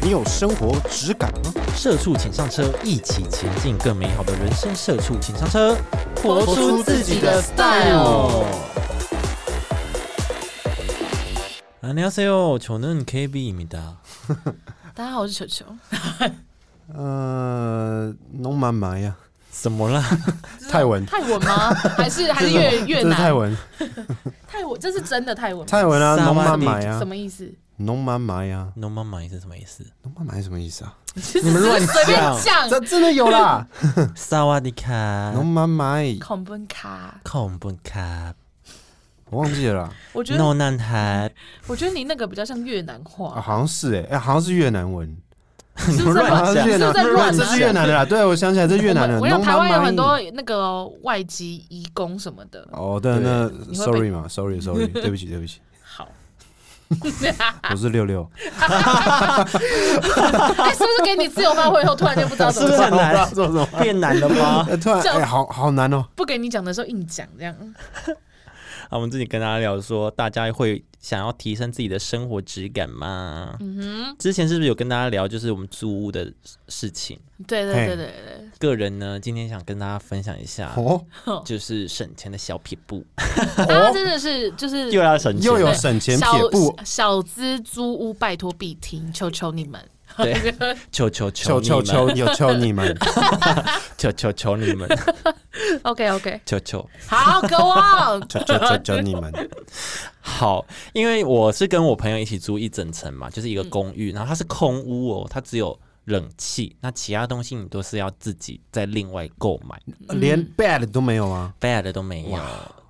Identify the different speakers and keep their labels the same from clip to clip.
Speaker 1: 你有生活质感吗？
Speaker 2: 社畜请上车，一起前进更美好的人生。社畜请上车，
Speaker 3: 活出自己的 style
Speaker 2: 哦 안녕하세요저는 KB입니다.
Speaker 3: 大家好，我是球球。
Speaker 1: 呃，弄妈妈呀，
Speaker 2: 怎么啦？
Speaker 1: 泰文
Speaker 3: 泰文 吗？还是还是越越
Speaker 1: 这是泰
Speaker 3: 南？
Speaker 1: 文，
Speaker 3: 泰文，这是真的泰文吗？
Speaker 1: 泰文啊，
Speaker 2: 萨
Speaker 1: 弄妈
Speaker 2: 瓦迪
Speaker 1: 妈
Speaker 3: 什
Speaker 1: 呀，
Speaker 3: 么意思？
Speaker 1: 弄妈妈呀，
Speaker 2: No mama 是什么意思？
Speaker 1: 弄妈妈是什么意思啊？
Speaker 3: 你
Speaker 2: 们乱
Speaker 3: 随便
Speaker 2: 讲
Speaker 3: 讲。
Speaker 1: 这真的有 啦，
Speaker 2: 萨瓦迪卡，
Speaker 1: 弄妈妈，哎
Speaker 3: 孔本卡，
Speaker 2: 恐怖卡，
Speaker 1: 我忘记了啦，
Speaker 3: 我觉得
Speaker 2: 弄男孩，
Speaker 3: 我觉得你那个比较像越南
Speaker 1: 啊，
Speaker 3: 话，
Speaker 1: 好像是哎，哎，好像是越南文，
Speaker 3: 是
Speaker 2: 你
Speaker 3: 不
Speaker 2: 们
Speaker 3: 是在
Speaker 1: 好像
Speaker 2: 乱讲
Speaker 1: 是越南
Speaker 3: 是不
Speaker 1: 文，
Speaker 3: 是在乱
Speaker 1: 这
Speaker 3: 讲
Speaker 1: 是越南的啦，对，我想起来，这是越南的，
Speaker 3: 我想
Speaker 1: 弄
Speaker 3: 台
Speaker 1: 妈
Speaker 3: 湾有很
Speaker 1: 妈
Speaker 3: 多。那个外籍移工什么的。
Speaker 1: 哦，对，
Speaker 2: 对
Speaker 1: 那
Speaker 3: 你会被
Speaker 1: sorry 嘛，sorry sorry，对不起对不起，
Speaker 3: 好，
Speaker 1: 我是六六，
Speaker 3: 哎，是不是给你自由发挥后，突然就不知道怎
Speaker 2: 是
Speaker 3: 么
Speaker 2: 不是
Speaker 3: 讲？
Speaker 2: 很难
Speaker 1: 我不知啊道做什么
Speaker 2: 变难 了吗？
Speaker 1: 呃突然
Speaker 3: 这样
Speaker 1: 哎，好好难哦，
Speaker 3: 不给你讲的时候硬讲这样。
Speaker 2: 啊我们自己跟大家聊说，大家会想要提升自己的生活质感吗？
Speaker 3: 嗯
Speaker 2: 之前是不是有跟大家聊，就是我们租屋的事情？
Speaker 3: 哼，对对
Speaker 1: 嘿
Speaker 3: 对对对
Speaker 2: 个人呢，今天想跟大家分享一下，
Speaker 1: 哦，
Speaker 2: 就是省钱的小撇步，
Speaker 3: 对，大家真的是就 是
Speaker 2: 又要省钱，
Speaker 1: 又 有省钱
Speaker 3: 小
Speaker 1: 撇步，
Speaker 3: 小资租屋，拜托必听，求求你们。
Speaker 2: 对， 求求求
Speaker 1: 求
Speaker 2: 你
Speaker 1: 求
Speaker 2: 们
Speaker 1: 求，有求你们，
Speaker 2: 求求求你们，
Speaker 3: OK OK，
Speaker 2: 求求
Speaker 3: 好，Go on。
Speaker 1: 求求求求你 们，
Speaker 2: 好，因为我是跟我朋友一起租一整层嘛，就是一
Speaker 3: 嗯
Speaker 2: 个公寓，然后它是空屋哦，它只有冷气，那其他东西你都是要自己再另外购买
Speaker 1: 连 bad 都没有啊
Speaker 2: ，bed 都没有，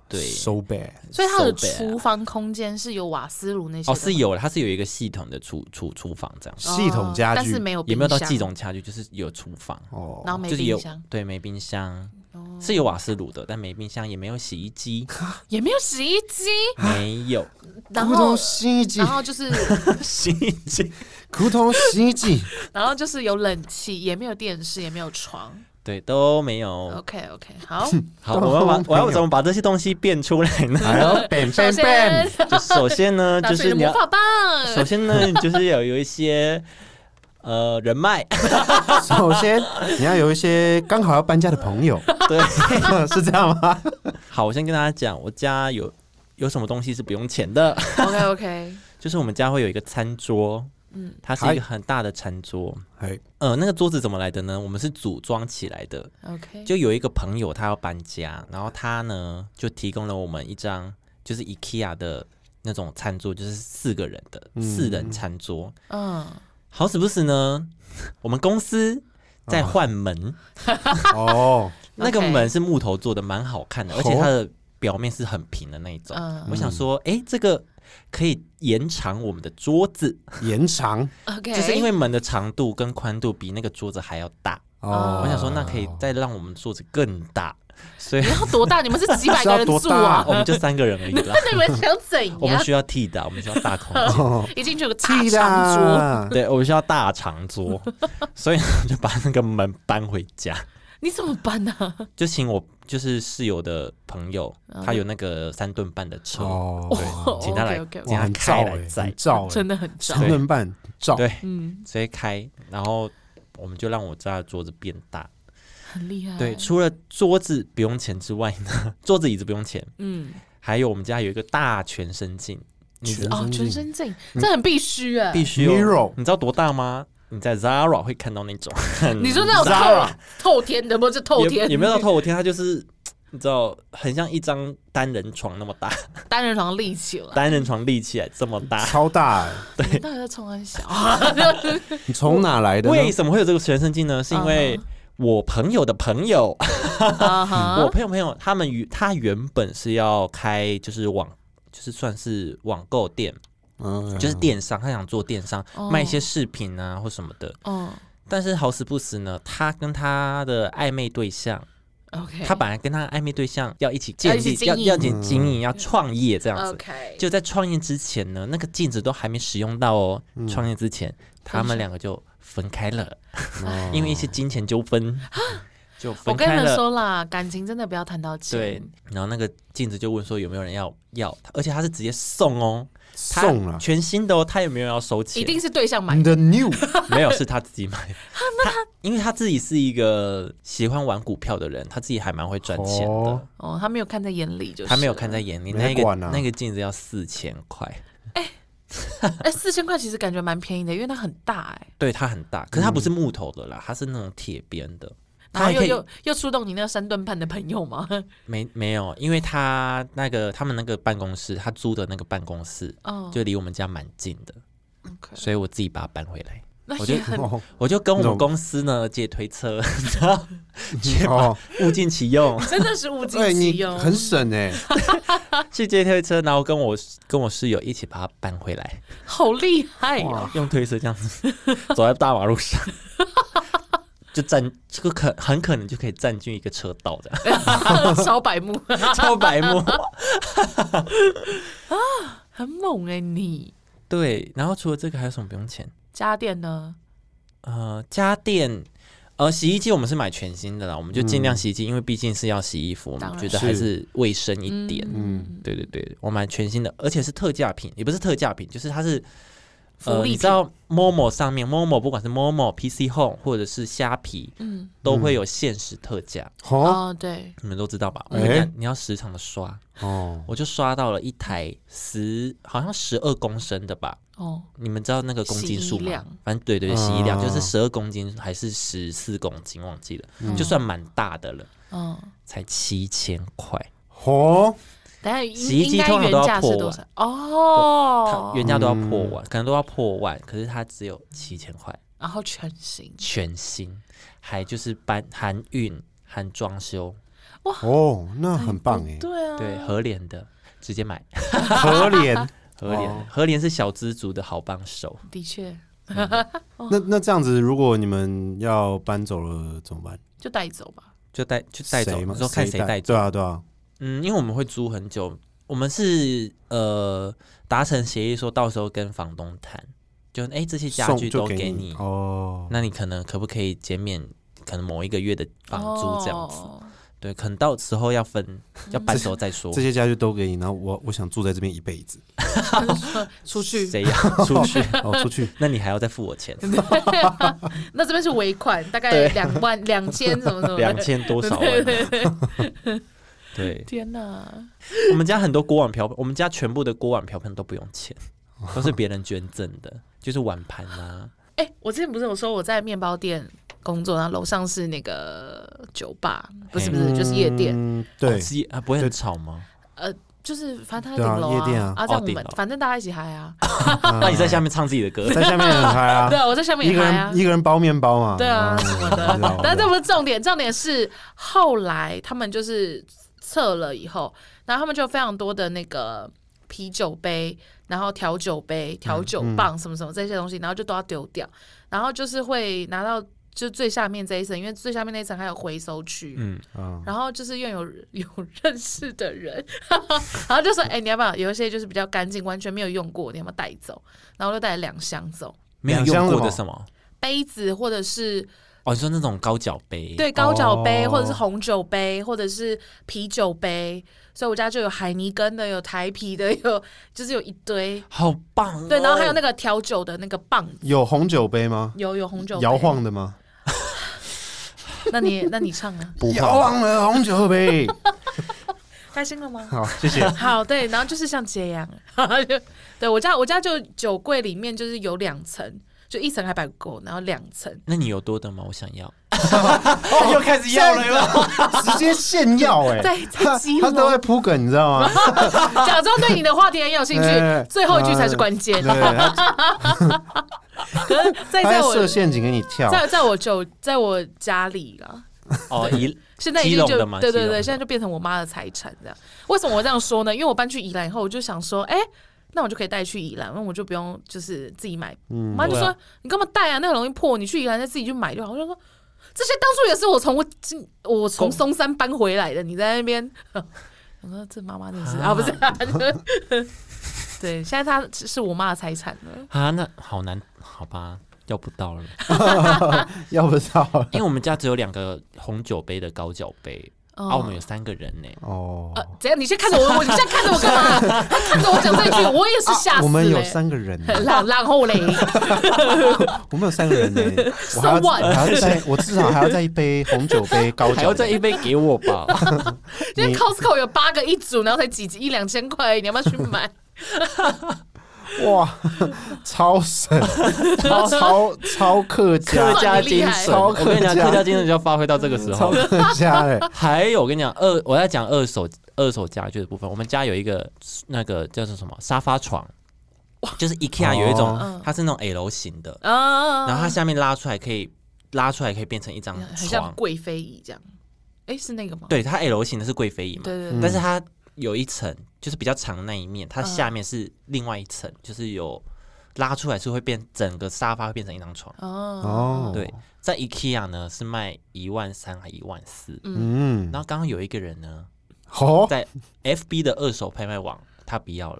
Speaker 2: 对，
Speaker 1: ，so bad，
Speaker 3: 所以它的
Speaker 2: so bad
Speaker 3: 厨房空间是有瓦斯炉那些的
Speaker 2: 哦
Speaker 3: 吗
Speaker 2: 是有，它是有一个系统的厨厨厨房这样，
Speaker 1: 系统家
Speaker 3: 哦但
Speaker 1: 具
Speaker 3: 是没有哦冰
Speaker 2: 也
Speaker 3: 箱
Speaker 2: 没有到系，统家具，就是有厨房，
Speaker 1: 哦，
Speaker 3: 然后没
Speaker 2: 就是
Speaker 3: 冰
Speaker 2: 有
Speaker 3: 箱，哦
Speaker 2: 对没冰箱。是有瓦斯炉的，但没冰箱，也没有洗衣机，
Speaker 3: 也没有洗衣机，
Speaker 2: 没有
Speaker 3: 然
Speaker 1: 古
Speaker 3: 后
Speaker 1: 铜洗衣机
Speaker 3: 然，后就是
Speaker 2: 洗衣机，
Speaker 1: 古铜洗衣机，
Speaker 3: 然后就是有冷气，也没有电视，也没有床。
Speaker 2: 对，都没有。
Speaker 3: OK OK，好，
Speaker 2: 好，
Speaker 1: 都
Speaker 2: 我要把
Speaker 1: 没有
Speaker 2: 我要怎么把这些东西变出来呢？
Speaker 1: 哎呦，bam
Speaker 3: 首
Speaker 1: bam
Speaker 3: 先
Speaker 1: bam，
Speaker 2: 就首先呢，
Speaker 3: 拿
Speaker 2: 就
Speaker 3: 出
Speaker 2: 是
Speaker 3: 你的
Speaker 2: 你
Speaker 3: 魔
Speaker 2: 要，
Speaker 3: 法棒，
Speaker 2: 首先呢，你就是要有一些呃人脉，
Speaker 1: 首先你要有一些刚好要搬家的朋 友，
Speaker 2: 对。
Speaker 1: 是这样吗？
Speaker 2: 好，我先跟大家讲，我家有有什么东西是不用钱的，
Speaker 3: OK OK，
Speaker 2: 就是我们家会有一个餐桌，嗯
Speaker 3: 嗯，
Speaker 2: 它是一个很大的餐桌。
Speaker 1: 哎，
Speaker 2: 呃，那个桌子怎么来的呢？我们是组装起来的。
Speaker 3: OK，
Speaker 2: 就有一个朋友他要搬家，然后他呢就提供了我们一张就是 IKEA 的那种餐桌，就是四个人的、四人餐桌。
Speaker 3: 嗯，
Speaker 2: 好死不死呢， 我们公司在换门，
Speaker 3: 嗯
Speaker 1: 哦，
Speaker 2: 那个
Speaker 3: OK
Speaker 2: 门是木头做的，蛮好看的，而且它的表面是很平的那一种。
Speaker 3: 嗯
Speaker 2: 我想说，哎、这个可以延长我们的桌子，
Speaker 1: 延 长
Speaker 3: 嗯 OK，
Speaker 2: 就是因为门的长度跟宽度比那个桌子还要大。
Speaker 1: 哦，
Speaker 2: 我想说，那可以再让我们桌子更大，所 以
Speaker 3: 你要多大？你们是几百
Speaker 1: 是要
Speaker 3: 个人
Speaker 1: 多
Speaker 3: 住
Speaker 1: 大
Speaker 3: 啊
Speaker 1: 啊？
Speaker 2: 我们就三个人而已啦。
Speaker 3: 那你们想怎
Speaker 2: 我们
Speaker 3: 样？
Speaker 2: 需要替的，我们需要大空 间。
Speaker 1: 哦，
Speaker 3: 一进去有个大
Speaker 1: 气
Speaker 2: 啊
Speaker 3: 长桌，
Speaker 1: 啦，
Speaker 2: 对，我们需要大长桌，所以呢就把那个门搬回家，
Speaker 3: 你怎么搬呢、
Speaker 2: 就请我就是室友的朋友，
Speaker 3: 嗯
Speaker 2: 他有那个三吨半的车，
Speaker 1: 哦，
Speaker 2: 请他来
Speaker 3: OK，OK，OK
Speaker 2: 请
Speaker 1: 哇，
Speaker 2: 他
Speaker 1: 很
Speaker 2: 开
Speaker 1: 燥
Speaker 2: 来
Speaker 1: 哎，
Speaker 2: 载
Speaker 1: 很燥哎
Speaker 3: 真，的很糟。
Speaker 1: 三人半燥，
Speaker 2: 对
Speaker 3: 嗯，
Speaker 2: 所以开，然后我们就让我家的桌子变大。
Speaker 3: 很厉害。
Speaker 2: 对，除了桌子不用钱之外呢， 桌子椅子不用钱，
Speaker 3: 嗯，
Speaker 2: 还有我们家有一个大全身镜，你知
Speaker 1: 全
Speaker 3: 哦，
Speaker 1: 身
Speaker 3: 全
Speaker 1: 镜
Speaker 3: 身镜，这很必须哎、
Speaker 2: 必须哦
Speaker 1: Mirror
Speaker 2: 你知道多大吗？你在 Zara 会看到那种，
Speaker 3: 你说那种透透天的，不是透
Speaker 2: 也
Speaker 3: 天，
Speaker 2: 也没有到透天，它就是你知道，很像一张单人床那么大，
Speaker 3: 单人床立起来。
Speaker 2: 单人床立起来这么大。
Speaker 1: 超大哎，
Speaker 3: 你到底在冲安小？啊
Speaker 1: 你从哪来的呢？
Speaker 2: 为什么会有这个全身镜呢？是因
Speaker 3: 嗯
Speaker 2: 为我朋友的朋友，
Speaker 3: 啊
Speaker 2: 我
Speaker 3: 哈，
Speaker 2: 朋友朋友他们与他原本是要开就是网，就是算是网购店，
Speaker 1: 嗯
Speaker 2: 就是电商，他想做电商，
Speaker 3: 哦
Speaker 2: 卖一些饰品啊或什么的。
Speaker 3: 嗯
Speaker 2: 但是好死不死呢，他跟他的暧昧对象，
Speaker 3: ，OK，
Speaker 2: 他本来跟他的暧昧对象要一起建
Speaker 3: 要一起
Speaker 2: 立，
Speaker 3: 经
Speaker 2: 要
Speaker 3: 营嗯
Speaker 2: 要
Speaker 1: 嗯
Speaker 2: 经经营，要创业这样子。
Speaker 3: OK，
Speaker 2: 就在创业之前呢，那个镜子都还没使用到哦。
Speaker 1: 嗯
Speaker 2: 创业之前，他们两个就分开了，
Speaker 1: 哦
Speaker 2: 因为一些金钱纠纷就
Speaker 3: 我
Speaker 2: 分
Speaker 3: 跟你
Speaker 2: 开
Speaker 3: 们
Speaker 2: 了。
Speaker 3: 说啦，感情真的不要谈到钱。
Speaker 2: 对，然后那个镜子就问说有没有人要要，而且他是直接送哦，他
Speaker 1: 送啊了
Speaker 2: 全新的哦，他也没有要收钱，
Speaker 3: 一定是对象买
Speaker 1: 你
Speaker 3: 的。
Speaker 1: 的 new
Speaker 2: 没有，是他自己买。 他因为他自己是一个喜欢玩股票的人，他自己还蛮会赚钱的。
Speaker 1: 哦
Speaker 3: 哦，他没有看在眼里，就是
Speaker 2: 他没有看在。眼里，
Speaker 1: 没
Speaker 2: 那个、
Speaker 1: 管啊
Speaker 2: 那个镜子要四千块，
Speaker 3: 哎，四千块其实感觉蛮便宜的，因为它很大哎、
Speaker 2: 对，它很大，可是它不是木头的啦，它是那种铁边的。它
Speaker 3: 然后
Speaker 2: 还
Speaker 3: 又
Speaker 2: 可以
Speaker 3: 又又触动你那个山顿畔的朋友吗？
Speaker 2: 没没有，因为他那个他们那个办公室，他租的那个办公室
Speaker 3: 哦，
Speaker 2: 就离我们家蛮近的，
Speaker 3: OK
Speaker 2: 所以我自己把它搬回来。
Speaker 3: 那
Speaker 2: 我
Speaker 3: 也
Speaker 2: 就
Speaker 3: 很
Speaker 1: 哦
Speaker 2: 我就跟我
Speaker 1: 那种
Speaker 2: 们公司呢借推车， 然后借
Speaker 1: 哦，
Speaker 2: 物尽其用
Speaker 3: 真的是物尽
Speaker 1: 对
Speaker 3: 其
Speaker 1: 你
Speaker 3: 用，
Speaker 1: 很省哎，
Speaker 2: 去借推车，然后跟我跟我室友一起把它搬回来，
Speaker 3: 好厉害哦！
Speaker 1: 哇，
Speaker 2: 用推车这样子走在大马路 上，就占这个可很可能就可以占据一个车道 的。
Speaker 3: 烧百目，
Speaker 2: 超白目。
Speaker 3: 很猛哎、你
Speaker 2: 对，然后除了这个还有什么不用钱？
Speaker 3: 家电呢？
Speaker 2: 呃，家电。呃，洗衣机我们是买全新的啦，我们就尽量洗衣机，因为毕竟是要洗衣服，我
Speaker 3: 当
Speaker 2: 们
Speaker 3: 然
Speaker 2: 觉得还
Speaker 1: 是
Speaker 2: 是卫生一点。
Speaker 1: 嗯
Speaker 2: 对对对，我买全新的，而且是特价品，也不是特价品，就是它是
Speaker 3: 福
Speaker 2: 呃，你
Speaker 3: 利品
Speaker 2: 知道 Momo 上面 Momo 不管是 Momo、PC Home 或者是虾皮，
Speaker 3: 嗯
Speaker 2: 都会有限时特价，
Speaker 1: 哦
Speaker 3: 哦，对，
Speaker 2: 你们都知道吧？我
Speaker 1: 哎
Speaker 2: 跟你讲，你要时常的刷，
Speaker 1: 哦，
Speaker 2: 我就刷到了一台十好像十二公升的吧，
Speaker 3: 哦，
Speaker 2: 你们知道那个公斤数
Speaker 3: 洗衣
Speaker 2: 吗
Speaker 3: 量？
Speaker 2: 反正对对，洗衣量
Speaker 1: 嗯
Speaker 2: 就是十二公斤还是十四公斤，忘记了，
Speaker 3: 嗯
Speaker 2: 就算蛮大的了，
Speaker 3: 嗯，
Speaker 2: 才七千块。
Speaker 1: 哦，
Speaker 3: 等下
Speaker 2: 洗衣
Speaker 3: 应
Speaker 2: 机
Speaker 3: 应该
Speaker 2: 通常
Speaker 3: 原
Speaker 2: 都要
Speaker 3: 价是
Speaker 2: 破
Speaker 3: 多
Speaker 2: 万
Speaker 3: 少？
Speaker 2: 它
Speaker 3: 哦，
Speaker 2: 原价都要破万，可能都要破万，可是它只有七千块，
Speaker 3: 然后全新，
Speaker 2: 全新，还就是搬含运含装修，
Speaker 1: 哦，那很棒
Speaker 2: 欸
Speaker 1: 哎，
Speaker 3: 对啊，
Speaker 2: 对，合联的直接买，
Speaker 1: 可怜。
Speaker 2: 合联合联是小资族的好帮手。
Speaker 3: 的确哦
Speaker 1: 那那这样子，如果你们要搬走了怎么办？
Speaker 3: 就带走吧。
Speaker 2: 就带就带走，
Speaker 1: 谁嘛
Speaker 2: 你说看谁带走。
Speaker 1: 对啊，对啊，
Speaker 2: 嗯，因为我们会租很久，我们是呃达成协议，说到时候跟房东谈，就哎、这些家
Speaker 1: 送
Speaker 2: 具
Speaker 1: 就
Speaker 2: 都
Speaker 1: 给
Speaker 2: 你，
Speaker 1: 哦。
Speaker 2: 那你可能可不可以减免可能某一个月的房租这样子？
Speaker 3: 哦嗯
Speaker 2: 对，可能到时候要分要搬走再说
Speaker 1: 这。些家具都给你，然后我我想住在这边一辈子，
Speaker 3: 出去。
Speaker 2: 谁要 出去？
Speaker 1: 哦，出去
Speaker 2: 那你还要再付我钱，
Speaker 3: 那这边是尾款，大概
Speaker 2: 对
Speaker 3: 两万、两千什么什么
Speaker 2: 两
Speaker 3: 的。
Speaker 2: 千多少 万、啊？对，
Speaker 3: 天哪！
Speaker 2: 我们家很多锅碗瓢盆，我们家全部的锅碗瓢盆都不用钱，都是别人捐赠的，就是碗盘啊。
Speaker 3: 哎、我之前不是有说我在面包店工作，然后楼上是那个酒吧，不是不是， 就是夜店。呃
Speaker 1: 嗯对
Speaker 2: 哦，是夜啊，不会很吵吗？
Speaker 3: 就是反正他
Speaker 1: 对
Speaker 3: 在
Speaker 1: 啊
Speaker 3: 顶楼
Speaker 1: 夜店
Speaker 3: 啊
Speaker 1: 啊，
Speaker 3: 这样
Speaker 2: 哦
Speaker 3: 我
Speaker 2: 顶
Speaker 3: 们
Speaker 2: 楼
Speaker 3: 反正大家一起嗨啊，
Speaker 2: 那你在下面唱自己的歌，
Speaker 1: 在下面很嗨啊
Speaker 3: 对，啊，我在下面
Speaker 1: 一
Speaker 3: 也
Speaker 1: 个
Speaker 3: 嗨啊
Speaker 1: 人，一个人包面包嘛，
Speaker 3: 对啊
Speaker 1: 嗯
Speaker 3: 什么
Speaker 1: 我知道
Speaker 3: 的
Speaker 1: 我。
Speaker 3: 但
Speaker 1: 知道
Speaker 3: 这不是重点，重点是后来他们就是测了以后，然后他们就非常多的那个啤酒杯，然后调酒杯、调酒
Speaker 1: 嗯
Speaker 3: 棒什么什么这些东西，然后就都要丢掉，然后就是会拿到就最下面这一层，因为最下面那一层还有回收区，
Speaker 2: 嗯，
Speaker 1: 嗯，
Speaker 3: 然后就是又有 有认识的人， 然后就说：“哎、你要不要？有一些就是比较干净，完全没有用过，你要不要带走？”然后我就带了两箱走，
Speaker 2: 没有
Speaker 1: 两箱
Speaker 2: 用过
Speaker 1: 什
Speaker 2: 的
Speaker 1: 么
Speaker 2: 什么？
Speaker 3: 杯子或者是
Speaker 2: 哦，你说那种高脚杯？，
Speaker 3: 对高脚杯，
Speaker 1: 哦
Speaker 3: 或者是红酒杯，或者是啤酒杯，所以我家就有海尼根的，有台啤的，有就是有一堆。
Speaker 2: 好棒哦、
Speaker 3: 对，然后还有那个调酒的那个棒子，
Speaker 1: 有红酒杯吗？
Speaker 3: 有有红酒杯
Speaker 1: 摇。晃的吗？
Speaker 3: 那你那你唱啊，
Speaker 2: 不
Speaker 1: 摇
Speaker 2: 晃，
Speaker 1: 晃的红酒杯，
Speaker 3: 开心了吗？
Speaker 1: 好，谢谢。
Speaker 3: 好，对，然后就是像这样， 就对我家我家就酒柜里面就是有两层，就一层还摆够，然后两层。
Speaker 2: 那你有多的吗？我想要。
Speaker 1: 又开始要了吗？直接炫耀哎，
Speaker 3: 在在
Speaker 1: 他
Speaker 3: 基
Speaker 1: 他都
Speaker 3: 隆
Speaker 1: 会铺梗，你知 道吗？
Speaker 3: 假装对你的话题很有兴 趣
Speaker 1: 哎，
Speaker 3: 最后一句才是关键
Speaker 1: 对，。他
Speaker 3: 可是在
Speaker 1: 他在
Speaker 3: 在
Speaker 1: 设
Speaker 3: 我
Speaker 1: 陷阱给你跳，
Speaker 3: 在在我酒在我家里了。
Speaker 2: 哦，一
Speaker 3: 现在已经
Speaker 2: 基
Speaker 3: 就
Speaker 2: 隆的嘛
Speaker 3: 对对
Speaker 2: 基隆
Speaker 3: 对，
Speaker 2: 的
Speaker 3: 现在就变成我妈的财产这样。为什么我这样说呢？因为我搬去宜兰以后，我就想说，哎、那我就可以带去宜兰，那我就不用就是自己买。我妈就
Speaker 2: 对
Speaker 3: 说、
Speaker 2: 啊
Speaker 3: 你干嘛带啊？那很容易破，你去宜兰再自己去买就好。我就说这些当初也是我从我进我从
Speaker 2: 公
Speaker 3: 松山搬回来的，你在那边， 我说这妈妈真的是啊
Speaker 2: 啊
Speaker 3: 不是、啊，就是对，现在她是我妈的财产了。
Speaker 2: 啊，那好难，好吧，要不到了，
Speaker 1: 要不到了。
Speaker 2: 因为我们家只有两个红酒杯的高脚杯，
Speaker 3: 哦
Speaker 2: 啊，我们有三个人呢、
Speaker 1: 哦，
Speaker 3: 呃，怎样？你先看着我，我你现在看着我干嘛？他看着我讲这句，我也是
Speaker 2: 啊
Speaker 3: 吓死、欸
Speaker 1: 我们有三个人呢，
Speaker 3: 然然后嘞，
Speaker 1: 我们有三个人呢，我还要
Speaker 3: So what？
Speaker 1: 还要再，我至少还要再一杯红酒杯高脚的，
Speaker 2: 还要再一杯给我 吧。
Speaker 3: 因为
Speaker 1: 你
Speaker 3: Costco 有八个一组，然后才几一两千块，你要不要去买？
Speaker 1: 哇，超 神，超超超客家
Speaker 2: 客，家
Speaker 3: 很厉
Speaker 2: 精
Speaker 3: 害
Speaker 2: 神，
Speaker 1: 超
Speaker 2: 我
Speaker 1: 客
Speaker 2: 跟你讲，
Speaker 1: 家
Speaker 2: 客家精神就要发挥到这个时
Speaker 1: 超
Speaker 2: 候。
Speaker 1: 客家哎 嘞，
Speaker 2: 还有，我跟你讲，二我在讲二手二手家具的部分，我们家有一个那个叫做什么沙发床，就是 IKEA 有一种，
Speaker 3: 嗯
Speaker 2: 它是那种 L 型的，
Speaker 3: 啊，
Speaker 2: 然后它下面拉出来可以拉出来可以变成一张
Speaker 3: 嗯很像
Speaker 2: 床，
Speaker 3: 贵妃椅这样，哎、是那个吗？
Speaker 2: 对，它 L 型的是贵妃椅嘛，
Speaker 3: 对对
Speaker 1: 嗯
Speaker 3: 对，
Speaker 2: 但是它有一层就是比较长的那一面，它下面是另外一层，就是有拉出来是会变整个沙发会变成一张床。
Speaker 3: 哦
Speaker 1: 哦，
Speaker 2: 对，在 IKEA 呢是卖一万三还一万四，
Speaker 1: 嗯，哦
Speaker 2: 然后刚刚有一个人呢
Speaker 3: 哦
Speaker 1: 好
Speaker 2: 在 FB 的二手拍卖网他不要了，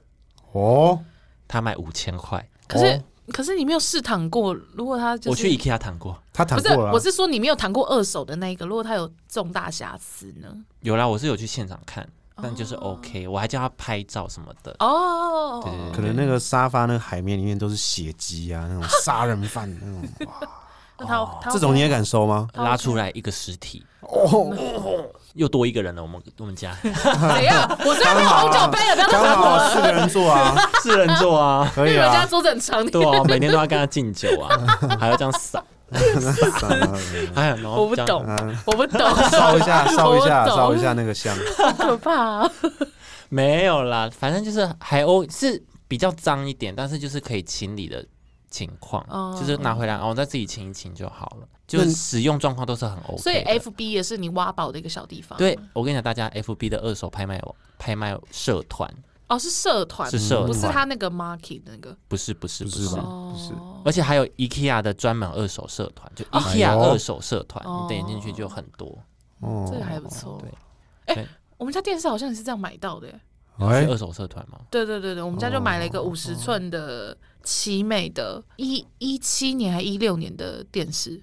Speaker 1: 哦，
Speaker 2: 他卖五千块，
Speaker 3: 可是、
Speaker 1: 哦
Speaker 3: 可是你没有试躺过，如果他就是、
Speaker 2: 我去 IKEA 谈过，
Speaker 1: 他躺
Speaker 3: 不是
Speaker 1: 过了啊
Speaker 3: 我，是说你没有谈过二手的那一个，如果他有重大瑕疵呢？
Speaker 2: 有啦，我是有去现场看，但就是 OK，我还叫他拍照什么的，
Speaker 3: 哦，
Speaker 2: 对对对
Speaker 1: 可能那个沙发那个海绵里面都是血迹啊，那种杀人犯那种，
Speaker 3: 那他他
Speaker 1: 这种你也敢收吗？
Speaker 2: 拉出来一个实体，
Speaker 1: 哦，
Speaker 2: 又多一个人了，我们我们 家
Speaker 3: 怎样？啊我虽然没有红酒杯了，不要再
Speaker 1: 刚
Speaker 3: 烦我
Speaker 1: 好
Speaker 3: 了。
Speaker 1: 四个人坐 啊，
Speaker 2: 四人座啊。
Speaker 1: 可
Speaker 3: 因
Speaker 1: 以
Speaker 3: 为我们家
Speaker 1: 啊，
Speaker 3: 桌子很长，
Speaker 2: 对啊，每天都要跟他敬酒啊，还要这样扫，哎呀，然后
Speaker 3: 我不
Speaker 2: 这样
Speaker 3: 懂，我不懂，
Speaker 1: 啊嗯 烧一下，烧一下，
Speaker 3: 我懂
Speaker 1: 烧一下那个香，
Speaker 3: 可 怕啊。
Speaker 2: 没有啦，反正就是还 O 是比较脏一点，但是就是可以清理的情况，
Speaker 3: 哦
Speaker 2: 就是拿回来哦，再自己清一清就好了。就
Speaker 1: 那
Speaker 2: 是使用状况都是很 OK 的。
Speaker 3: 所以 FB 也是你挖宝的一个小地方。
Speaker 2: 对我跟你讲，大家 FB 的二手拍卖网拍卖社团
Speaker 3: 哦，是社团，
Speaker 2: 是社团
Speaker 3: 不是他那个 market 那个。
Speaker 2: 不是不是不
Speaker 1: 不是
Speaker 2: 是
Speaker 1: 吧，
Speaker 3: 哦，
Speaker 2: 而且还有 IKEA 的专门二手社团，就
Speaker 1: 哎
Speaker 2: IKEA
Speaker 1: 呦
Speaker 2: 二手社团，
Speaker 3: 哦
Speaker 2: 你点进去就很多。
Speaker 1: 哦
Speaker 3: 这个还不错。哎
Speaker 2: 对，哎
Speaker 3: 我们家电视好像也是这样买到的耶。
Speaker 1: 哎
Speaker 2: 是，二手社团吗？
Speaker 3: 对对对对，我们家就买了一
Speaker 2: 哦
Speaker 3: 个五十寸的奇美的，一一七年还一六年的电视。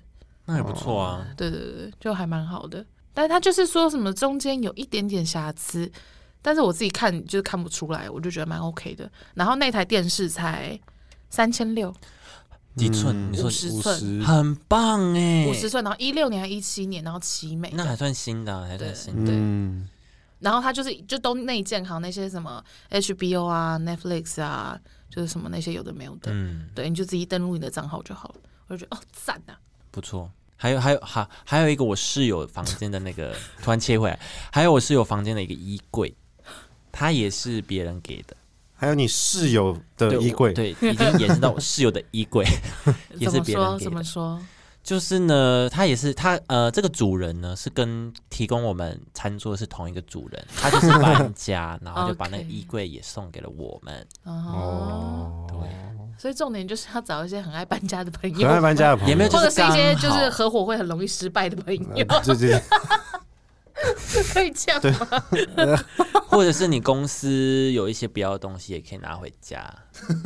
Speaker 2: 那也不错啊。
Speaker 3: 对对对，就还蛮好的。但他就是说什么中间有一点点瑕疵，但是我自己看就是看不出来，我就觉得蛮 OK 的。然后那台电视才三千六
Speaker 2: 几
Speaker 1: 嗯
Speaker 2: 寸？你说
Speaker 3: 50
Speaker 1: 五
Speaker 3: 寸
Speaker 1: 十，
Speaker 2: 很棒哎，
Speaker 3: 五十寸，然后一六年还一七年，然后奇美，
Speaker 2: 那还算新的啊，还算新的。
Speaker 1: 嗯，
Speaker 3: 然后它就是就都内建好那些什么 HBO 啊、Netflix 啊，就是什么那些有的没有的，
Speaker 2: 嗯，
Speaker 3: 对，你就自己登录你的账号就好了。我就觉得哦赞啊，
Speaker 2: 不错。还有还有还还有一个我室友房间的那 个，突然切回来，还有我室友房间的一个衣柜，它也是别人给的
Speaker 1: 还有你室友的
Speaker 2: 对
Speaker 1: 呃衣柜，
Speaker 2: 对，已经延伸到我室友的衣 柜，也
Speaker 3: 怎
Speaker 2: 是
Speaker 3: 么
Speaker 2: 别人
Speaker 3: 说
Speaker 2: 给
Speaker 3: 怎
Speaker 2: 的
Speaker 3: 么。说？
Speaker 2: 就是呢，他也是他呃，这个主人呢是跟提供我们餐桌是同一个主人，他就是搬家，然后就 把那个
Speaker 3: OK
Speaker 2: 衣柜也送给了我们。
Speaker 3: 哦，所以重点就是要找一些很爱搬家的朋
Speaker 1: 可
Speaker 3: 友，
Speaker 1: 爱搬家的朋友
Speaker 2: 也没有就
Speaker 3: 或
Speaker 2: 是
Speaker 3: 者是一些就
Speaker 2: 刚
Speaker 3: 是
Speaker 2: 好嗯
Speaker 3: 合伙会很容易失败的朋友，
Speaker 1: 呃对对，
Speaker 3: 可以这样吗？
Speaker 2: 或者是你公司有一些不要的东西，也可以拿回家。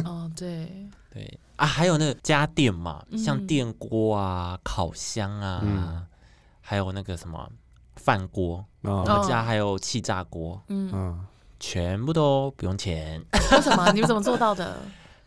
Speaker 3: 哦，对，
Speaker 2: 对啊，还有那个家电嘛，
Speaker 3: 嗯
Speaker 2: 像电锅啊、烤箱啊，还有那个什么饭锅，
Speaker 1: 嗯
Speaker 2: 我
Speaker 1: 哦
Speaker 2: 们家还有气炸锅，
Speaker 1: 嗯，
Speaker 2: 全部都不用钱。
Speaker 3: 为什么？你们怎么做到的？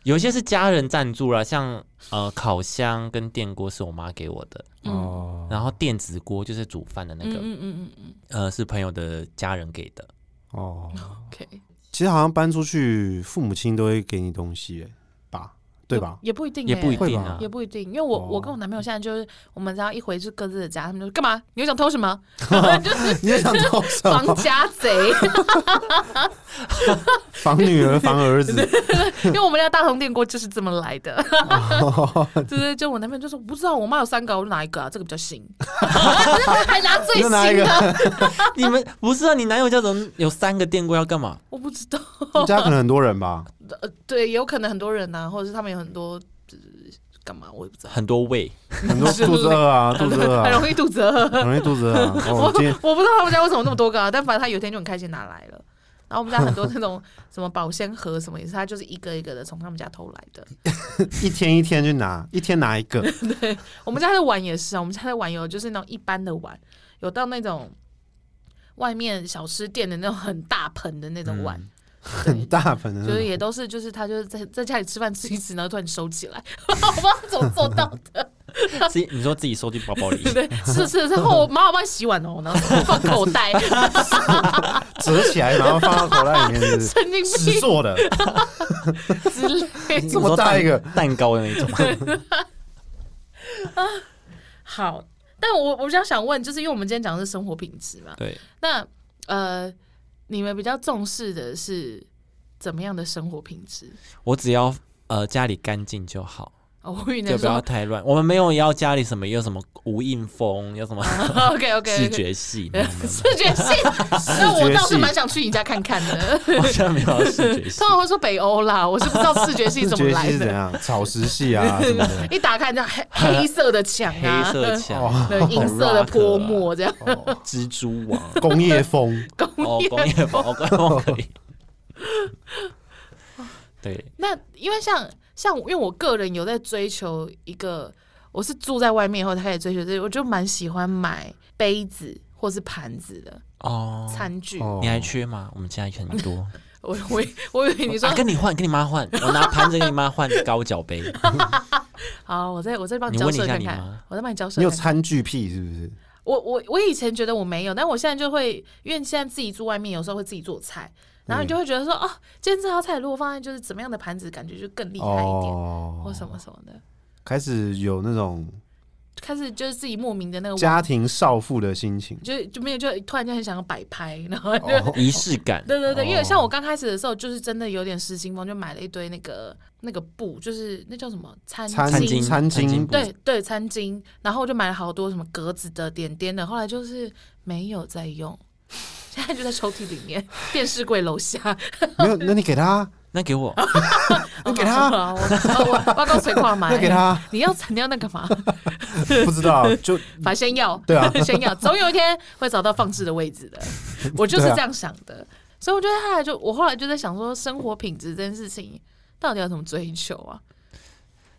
Speaker 2: 有一些是家人赞助啦，像呃烤箱跟电锅是我妈给我的，
Speaker 1: 哦
Speaker 2: 然后电子锅就是煮饭的那
Speaker 3: 嗯
Speaker 2: 个，
Speaker 3: 嗯嗯嗯
Speaker 2: 呃是朋友的家人给的。
Speaker 1: 哦，
Speaker 3: ，OK，
Speaker 1: 其实好像搬出去，父母亲都会给你东西耶，吧？对吧？
Speaker 3: 也不一定欸，
Speaker 2: 也不一定
Speaker 1: 会
Speaker 2: 啊
Speaker 1: 吧，
Speaker 3: 也不一定，因为我、
Speaker 1: 哦
Speaker 3: 我跟我男朋友现在就是，我们只要一回去各自的家，他们就干嘛？你又想偷 什么？就是
Speaker 1: 你也想偷什
Speaker 3: 防
Speaker 1: 么？
Speaker 3: 家贼，
Speaker 1: 防女儿，防儿 子，
Speaker 3: 因为我们家大同电锅就是这么来的。
Speaker 1: 哦
Speaker 3: 就是就我男朋友就说，我不知道我妈有三个，我就拿一个啊，这个比 较新，还拿最
Speaker 1: 你就拿一个
Speaker 3: 新的，
Speaker 2: 你们不是啊？你男友家怎么有三个电锅要干嘛？
Speaker 3: 我不知道。
Speaker 1: 你家可能很多人吧？
Speaker 3: 呃，对，有可能很多人呐、或者是他们有很多呃干、嘛，我也不知道，
Speaker 2: 很多 位，
Speaker 1: 很多肚子饿啊，肚子饿
Speaker 3: 很
Speaker 1: 啊，
Speaker 3: 容易肚子 饿。
Speaker 1: 很容易肚子饿啊。哦，今天
Speaker 3: 我不知道他们家为什么那么多个、啊，但反正他有一天就很开心拿来了。然后我们家很多那种什么保鲜盒什么也是，他就是一个一个的从他们家偷来的。
Speaker 1: 一天一天去拿，一天拿一个，
Speaker 3: 我们家的碗也是啊，我们家的碗有就是那种一般的碗，有到那种外面小吃店的那种很大盆的那种碗，
Speaker 1: 很大盆的那
Speaker 3: 就是
Speaker 1: 种，
Speaker 3: 也都是就是他就是在在家里吃饭吃一吃，然后突然收起来，我不知道他怎么做到的。
Speaker 2: 自己你说自己收进包包里，
Speaker 3: 对，是是是，后我妈妈帮你洗碗哦，然后放口袋，
Speaker 1: 折起来然后放到口袋里面，是不 是
Speaker 3: 神经
Speaker 1: 纸
Speaker 3: 病
Speaker 1: 做的，
Speaker 3: 之类
Speaker 2: 你
Speaker 3: 的。
Speaker 1: 这么
Speaker 2: 说
Speaker 1: 大
Speaker 2: 蛋
Speaker 1: 一个
Speaker 2: 蛋糕的那 种，
Speaker 3: 好，但我我比较想问，就是因为我们今天讲的是生活品质嘛，
Speaker 2: 对，
Speaker 3: 那呃，你们比较重视的是怎么样的生活品质？
Speaker 2: 我只要呃家里干净就好，
Speaker 3: 哦，我与你
Speaker 2: 就不要
Speaker 3: 说
Speaker 2: 太乱。我们没有要家里什么有什么无印风，有什 么
Speaker 3: ，OK OK
Speaker 2: 视
Speaker 3: OK，
Speaker 2: 觉系，没有没有
Speaker 3: 视觉系，那我倒
Speaker 1: 视觉系
Speaker 3: 是蛮想去你家看看的。
Speaker 2: 没有好像没有视觉系
Speaker 3: 通。常会说北欧啦，我是不知道视觉系
Speaker 1: 视
Speaker 3: 怎么
Speaker 1: 觉
Speaker 3: 来
Speaker 1: 系是怎
Speaker 3: 的。。
Speaker 1: 样？草食系啊什么的
Speaker 3: 一打开这样 黑黑色的墙
Speaker 2: 黑
Speaker 3: 啊，
Speaker 2: 色墙、
Speaker 1: 哦
Speaker 3: 对，银色的泼墨这样。
Speaker 1: 哦，
Speaker 2: 蜘蛛网、
Speaker 1: 工业风，
Speaker 2: 哦，工业风、哦工业风可以。对，
Speaker 3: 那因为像像因为我个人有在追求一个，我是住在外面以后才开始追求这个，我就蛮喜欢买杯子或是盘子的
Speaker 2: 哦，
Speaker 3: 餐具。
Speaker 1: 哦
Speaker 2: 你还缺吗？我们家很多。
Speaker 3: 我我以我以为 你说
Speaker 2: 啊、跟你换，跟你妈换，我拿盘子跟你妈换高脚 杯。
Speaker 3: 好，我再我再帮
Speaker 2: 你
Speaker 3: 交
Speaker 2: 问一
Speaker 3: 涉
Speaker 2: 下
Speaker 3: 看
Speaker 2: 你
Speaker 3: 看
Speaker 2: 妈，
Speaker 3: 我再帮你交涉
Speaker 1: 你有
Speaker 3: 看看。
Speaker 1: 餐具癖是不是？
Speaker 3: 我我我以前觉得我没有，但我现在就会，因为现在自己住外面，有时候会自己做菜，然后你就
Speaker 2: 嗯
Speaker 3: 会觉得说，哦，今天这道菜如果放在就是怎么样的盘子，感觉就更厉害一点，或
Speaker 1: 哦，
Speaker 3: 什么什么的，
Speaker 1: 开始有那种
Speaker 3: 开始就是自己莫名的那个玩，
Speaker 1: 家庭少妇的心情。
Speaker 3: 就就没有就突然间很想要摆拍，然后就。
Speaker 1: 哦
Speaker 2: 仪式感，
Speaker 3: 对对对，因为
Speaker 1: 哦
Speaker 3: 像我刚开始的时候，就是真的有点失心疯，就买了一堆那个那个布，就是那叫什么餐
Speaker 1: 餐
Speaker 2: 餐
Speaker 1: 巾
Speaker 2: 巾
Speaker 1: 餐
Speaker 2: 餐
Speaker 1: 巾
Speaker 2: 巾
Speaker 1: 布
Speaker 3: 对对，餐巾，然后我就买了好多什么格子的、点点的，后来就是没有在用， 现在就在抽屉里 面、电视柜楼下。
Speaker 1: 没有，那你给他，
Speaker 2: 那给我，
Speaker 1: 那给他
Speaker 3: 哦我我我我告水矿 买，
Speaker 1: 那给他，
Speaker 3: 你要你要那干嘛？
Speaker 1: 不知道就
Speaker 3: 反正先要，
Speaker 1: 对啊
Speaker 3: 先要，总有一天会找到放置的位置的。我就是这样想的，所以我觉得后来就我后来就在想说，生活品质这件事情到底要怎么追求啊？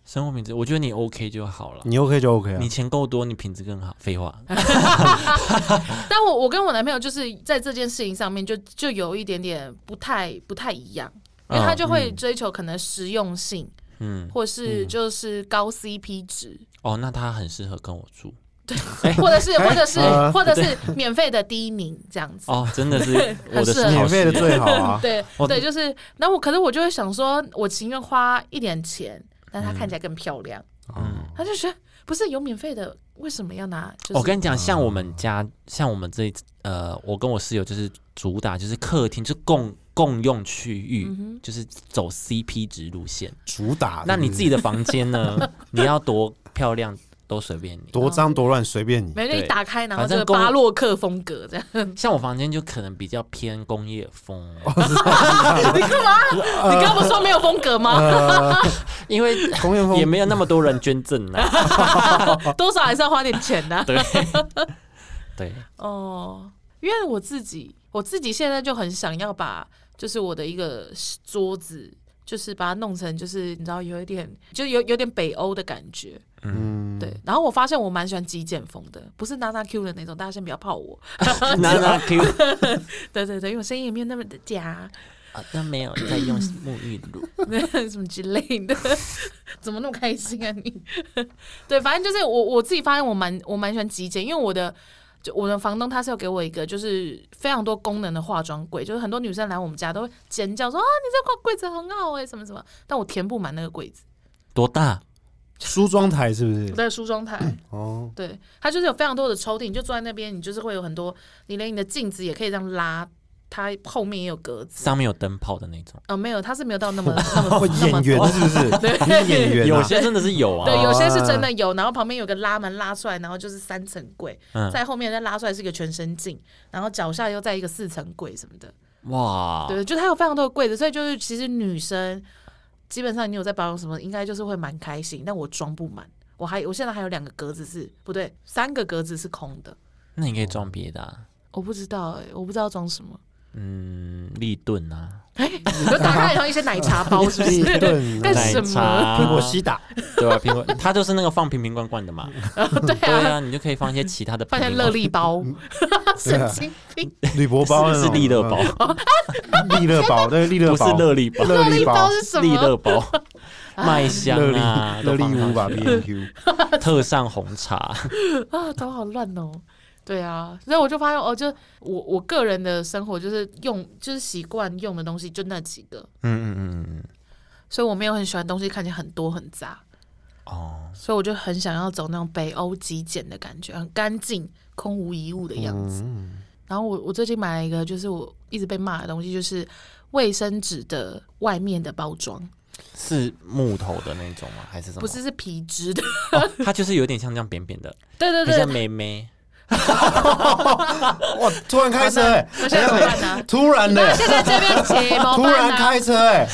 Speaker 2: 生活品质，我觉得你 OK 就好了。
Speaker 1: 你 OK 就 OK 啊
Speaker 2: 你。钱够多，你品质更好。废话，
Speaker 3: 但我我跟我男朋友就是在这件事情上面就就有一点点不太不太一样，因为他就会追求可能实用性，
Speaker 2: 嗯，
Speaker 3: 或是就是高 CP 值，
Speaker 2: 哦，那他很适合跟我住。
Speaker 3: 或者是或者是
Speaker 1: 呃
Speaker 3: 或者是免费的低宁这样子。
Speaker 2: 哦，真的是我的
Speaker 3: 适
Speaker 2: 是好
Speaker 3: 合，
Speaker 1: 免费的
Speaker 2: 事
Speaker 1: 最好啊
Speaker 3: 对
Speaker 2: 我
Speaker 3: 对，就是，那我可是我就会想说，我情愿花一点钱，但她看起来更漂亮，
Speaker 1: 嗯
Speaker 3: 他就觉得不是有免费的，为什么要拿？就是、
Speaker 2: 我跟你讲，像我们家，像我们这一次呃，我跟我室友就是主打就是客厅，就是共共用区域，就是走 CP 值路线。
Speaker 1: 主打。
Speaker 2: 那你
Speaker 1: 是不是
Speaker 2: 自己的房间呢？你要多漂亮都随便你。
Speaker 1: 多脏多乱随便你。
Speaker 3: 没就
Speaker 2: 对
Speaker 3: 一打开，然后
Speaker 2: 反
Speaker 3: 就
Speaker 2: 正
Speaker 3: 是
Speaker 2: 公
Speaker 3: 巴洛克风格这样。
Speaker 2: 像我房间就可能比较偏工业风，呃
Speaker 3: 你刚不是说没有风格 吗？
Speaker 2: 因为
Speaker 1: 工业
Speaker 2: 也
Speaker 1: 风
Speaker 2: 没有那么多人捐赠啊。
Speaker 3: 多少还是要花点钱的、啊
Speaker 2: 对对，
Speaker 3: 哦，因为我自己，我自己现在就很想要把，就是我的一个桌子，就是把它弄成，就是你知道，有一点，就有有点北欧的感觉。
Speaker 1: 嗯，
Speaker 3: 对，然后我发现我蛮喜欢极简风的，不是娜娜 Q 的那种，大家先不要泡我。
Speaker 2: 那那可以，
Speaker 3: 对对对，因为我声音也没有那么的假，
Speaker 2: 好像没有在用沐浴露。
Speaker 3: 什么之类的，怎么那么开心啊你？ 对，反正就是我我自己发现我蛮我蛮喜欢极简，因为我的。就我的房东他是有给我一个就是非常多功能的化妆柜，就是很多女生来我们家都会尖叫说啊你这个柜子很好哎、什么什么，但我填不满那个柜子，
Speaker 2: 多大？
Speaker 1: 梳妆台是不是
Speaker 3: 我？在梳妆台，
Speaker 1: 哦，
Speaker 3: 对，它就是有非常多的抽屉，你就坐在那边，你就是会有很多，你连你的镜子也可以这样拉，它后面也有格子。
Speaker 2: 上面有灯泡的那种。
Speaker 3: 哦，没有，它是没有到那么那么
Speaker 1: 哦
Speaker 3: 那么
Speaker 1: 演员是不是？你是演员
Speaker 2: 有
Speaker 1: 啊？
Speaker 2: 些真的是有啊，
Speaker 3: 对，有些是真的有，然后旁边有个拉门拉出来，然后就是三层柜，
Speaker 2: 嗯
Speaker 3: 在后面再拉出来是一个全身镜，然后脚下又在一个四层柜什么的。
Speaker 2: 哇，
Speaker 3: 对，就它有非常多的柜子，所以就是其实女生基本上你有在保养什么，应该就是会蛮开心。但我装不满，我还我现在还有两个格子是不对，三个格子是空的，
Speaker 2: 那你可以装别的、啊，
Speaker 3: 我不知道哎、我不知道装什么。
Speaker 2: 嗯，立顿啊，
Speaker 3: 你就打开里头一些奶茶包，是 不
Speaker 1: 立
Speaker 3: 是？
Speaker 1: 顿
Speaker 3: 干
Speaker 1: 啊
Speaker 2: 奶
Speaker 3: 什么
Speaker 2: 茶、
Speaker 1: 苹果西打，
Speaker 2: 对啊，苹果，它就是那个放瓶瓶罐罐的 嘛。
Speaker 3: 对
Speaker 2: 对
Speaker 3: 啊，
Speaker 2: 啊，你啊就可以放一些其他的
Speaker 3: 放
Speaker 2: 瓶
Speaker 3: 在
Speaker 2: 瓶
Speaker 3: 乐
Speaker 2: 罐，
Speaker 3: 力包， 神经病。
Speaker 1: 铝箔包
Speaker 2: 不是是利乐 包，，
Speaker 1: 利乐包对利乐
Speaker 2: 不是
Speaker 1: 包，
Speaker 2: 乐力包，
Speaker 1: 乐力包
Speaker 3: 包是什
Speaker 2: 利
Speaker 3: 么？
Speaker 2: 乐包， 麦香
Speaker 1: 乐力
Speaker 2: 啊，
Speaker 1: 乐
Speaker 2: 都
Speaker 1: 力
Speaker 2: 放上
Speaker 1: 屋吧
Speaker 2: 去
Speaker 1: B N Q，
Speaker 2: 特上红茶，
Speaker 3: 啊，头好乱哦。对啊，所以我就发现哦，就我我个人的生活就是用就是习惯用的东西就那几个，
Speaker 2: 嗯嗯嗯嗯嗯，
Speaker 3: 所以我没有很喜欢东西看起来很多很杂，
Speaker 2: 哦，
Speaker 3: 所以我就很想要走那种北欧极简的感觉，很干净、空无一物的样子。
Speaker 1: 嗯
Speaker 3: 然后我我最近买了一个，就是我一直被骂的东西，就是卫生纸的外面的包装，
Speaker 2: 是木头的那种吗？还是什么？
Speaker 3: 不是是皮质的，
Speaker 2: 哦，它就是有点像这样扁扁的，
Speaker 3: 对对
Speaker 2: 很像
Speaker 3: 对。
Speaker 2: 妹妹。
Speaker 1: 哇，突然开车哎，
Speaker 3: 那现在怎么办呢？
Speaker 1: 突然的
Speaker 3: 那，现在这边节 毛
Speaker 1: 突
Speaker 3: 办
Speaker 1: 然
Speaker 3: 呢？
Speaker 1: 开车哎，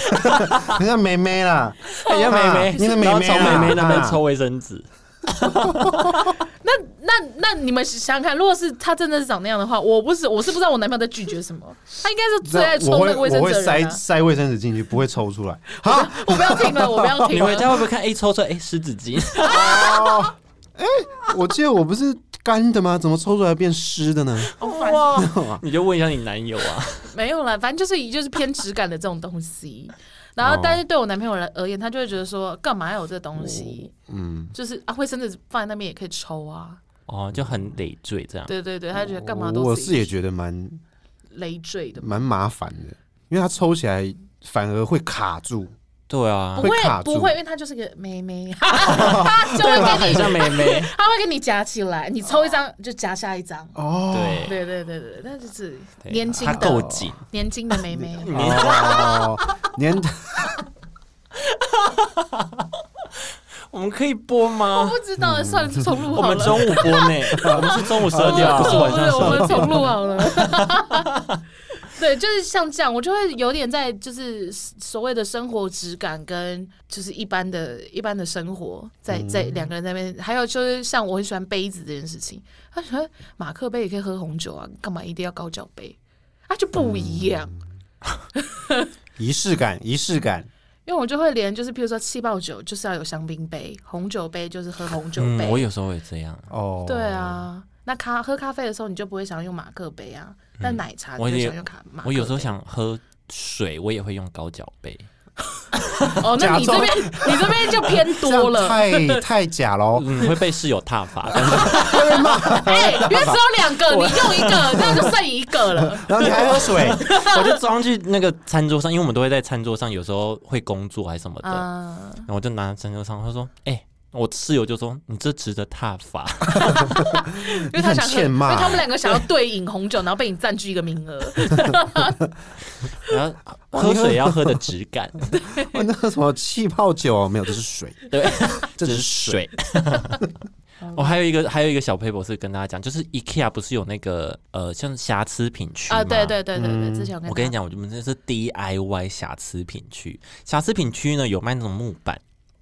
Speaker 1: 人家妹妹啦，
Speaker 2: 很像妹妹，
Speaker 1: 你的妹妹
Speaker 2: 然后从
Speaker 1: 啊
Speaker 2: 妹妹那边
Speaker 1: 啊
Speaker 2: 抽卫生纸，
Speaker 3: 那那那你们想想看，如果是他真的是长那样的话，我不是我是不知道我男朋友在拒绝什么，他应该是最爱
Speaker 1: 我
Speaker 3: 抽
Speaker 1: 会
Speaker 3: 那个卫生
Speaker 1: 我会
Speaker 3: 纸的
Speaker 1: 塞
Speaker 3: 人、啊。
Speaker 1: 塞卫生纸进去，不会抽出来。好，
Speaker 3: 我不要 听了，我不要听
Speaker 2: 你回
Speaker 3: 了。
Speaker 2: 家会不会看？哎，抽出来，哎，湿纸巾，
Speaker 1: 哦哎，我记得我不是干的吗？怎么抽出来变湿的呢？
Speaker 3: 哇，
Speaker 2: 你就问一下你男友啊。
Speaker 3: 没有啦，反正就是就是偏质感的这种东西。然
Speaker 1: 哦
Speaker 3: 后，但是对我男朋友来而言，他就会觉得说，干嘛要有这东西？
Speaker 1: 嗯，
Speaker 3: 就是啊，卫生纸放在那边也可以抽啊。
Speaker 2: 哦，就很累赘这样。
Speaker 3: 对对对，他就觉得干嘛都
Speaker 1: 哦我
Speaker 3: 自
Speaker 1: 是
Speaker 3: 己
Speaker 1: 也觉得蛮
Speaker 3: 累赘的嘛，
Speaker 1: 蛮麻烦的，因为它抽起来反而会卡住。
Speaker 2: 对啊
Speaker 3: 不，
Speaker 1: 会卡
Speaker 3: 会
Speaker 1: 住
Speaker 3: 不会，因为他就是个妹妹， 他就会给
Speaker 2: 很
Speaker 3: 你，
Speaker 1: 啊
Speaker 2: 像妹 妹。
Speaker 3: 他会给你夹起来，你抽一张就夹下一张。
Speaker 1: 哦，
Speaker 2: 对
Speaker 3: 对对对对，那就是
Speaker 2: 对
Speaker 3: 年轻
Speaker 2: 它够
Speaker 3: 的
Speaker 2: 紧，
Speaker 3: 年轻的妹妹。
Speaker 1: 哦，年
Speaker 2: 我们可以播
Speaker 3: 我
Speaker 2: 吗？
Speaker 3: 不知道，算了，重录
Speaker 2: 我
Speaker 3: 哦好
Speaker 2: 们
Speaker 3: 了。
Speaker 2: 中午播 呢，我们是中午十二点，啊
Speaker 3: 哦
Speaker 2: 不是晚上十
Speaker 3: 我
Speaker 2: 二
Speaker 3: 们
Speaker 2: 点。
Speaker 3: 重录好了。 对，就是像这样，我就会有点在就是所谓的生活质感跟就是一般的一般的生活，在
Speaker 2: 嗯
Speaker 3: 在两个人在那边，还有就是像我很喜欢杯子这件事情，他喜欢马克杯也可以喝红酒啊，干嘛一定要高脚杯？啊，就不一样。
Speaker 1: 仪式感，仪式感。
Speaker 3: 因为我就会连就是，譬如说气泡酒就是要有香槟杯，红酒杯就是喝红酒杯。
Speaker 2: 嗯，我有时候也这样，
Speaker 1: 哦，
Speaker 3: 对，啊，那咖喝咖啡的时候你就不会想用马克杯啊，但奶茶
Speaker 2: 我
Speaker 3: 你就
Speaker 2: 也
Speaker 3: 想用卡马克
Speaker 2: 我有时候
Speaker 3: 杯
Speaker 2: 想喝水，我也会用高脚杯。
Speaker 3: 哦，那你这边你这边就偏多
Speaker 1: 这样太
Speaker 3: 了，
Speaker 1: 太假喽。
Speaker 2: 嗯，会被室友踏 伐，但是
Speaker 3: 哎，因为只有两个，你用一个， 那就剩一个了。
Speaker 1: 然后你还喝水，
Speaker 2: 我就装去那个餐桌上，因为我们都会在餐桌上，有时候会工作还是什么的，
Speaker 3: 啊，
Speaker 2: 然后我就拿餐桌上，他说：“哎、我室友就说你这值得踏伐。
Speaker 3: 因为他想
Speaker 1: 你很
Speaker 3: 喝，
Speaker 1: 欠
Speaker 3: 因
Speaker 1: 骂
Speaker 3: 为他们两个想要对饮红酒，然后被你占据一个 名额。
Speaker 2: 然后喝水要喝的质感，
Speaker 1: 哇那个什么气泡酒哦没有，这是水，
Speaker 2: 对，
Speaker 1: 这只
Speaker 2: 只
Speaker 1: 是水。。
Speaker 2: 我、还有一个还有一个小 paper 是跟大家讲，就是 IKEA 不是有那个呃像瑕疵品区
Speaker 3: 啊，
Speaker 2: 吗
Speaker 3: 对。对对对对，之前
Speaker 2: 嗯我
Speaker 3: 我
Speaker 2: 跟
Speaker 3: 跟
Speaker 2: 你讲，我们这是 DIY 瑕疵品区。瑕疵品区呢有卖那种木板，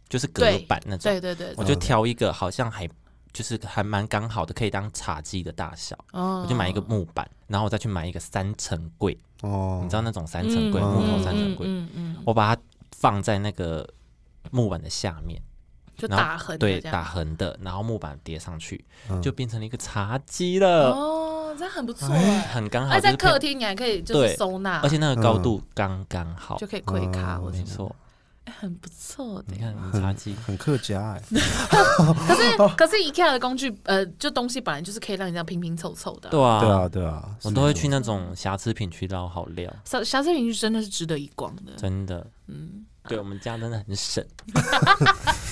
Speaker 2: 就是隔
Speaker 3: 对
Speaker 2: 板那种。
Speaker 3: 对对对，
Speaker 2: 我
Speaker 3: 对
Speaker 2: 就挑一个好像还就是还蛮刚好的，可以当茶几的大小。
Speaker 3: 哦
Speaker 2: 我就买一个木板，然后我再去买一个三层柜，
Speaker 1: 哦
Speaker 2: 你知道那种三层柜，
Speaker 1: 嗯
Speaker 2: 木头
Speaker 1: 嗯
Speaker 2: 三层柜，
Speaker 3: 嗯嗯，嗯
Speaker 2: 我把它放在那个木板的下面，
Speaker 3: 就
Speaker 2: 然后
Speaker 3: 呃打横的
Speaker 2: 对
Speaker 3: 这
Speaker 2: 打
Speaker 3: 样。
Speaker 2: 横的，然后木板叠上去，
Speaker 1: 嗯
Speaker 2: 就变成了一个茶几了，
Speaker 3: 哦，这样很不错
Speaker 1: 哎
Speaker 3: 哎。
Speaker 2: 很刚好。
Speaker 3: 哎，在
Speaker 2: 就是
Speaker 3: 客厅你还可以就是
Speaker 2: 对
Speaker 3: 收纳，
Speaker 2: 而且哦那个高度刚刚好
Speaker 3: 就，可以窥咖，
Speaker 1: 嗯
Speaker 3: 我觉
Speaker 2: 没
Speaker 3: 得
Speaker 2: 错。
Speaker 3: 哎很不错的
Speaker 2: 你。看你茶几，
Speaker 1: 很客家哎，
Speaker 3: 可是
Speaker 1: 哦
Speaker 3: 可是 IKEA 的工具，呃，就东西本来就是可以让你这样拼拼凑凑的啊。
Speaker 2: 对啊，
Speaker 1: 对啊对啊，
Speaker 2: 我都会去那种瑕疵品区捞好料，
Speaker 3: 瑕瑕疵品是真的是值得一逛的。
Speaker 2: 真的，嗯。对我们家真的很 省，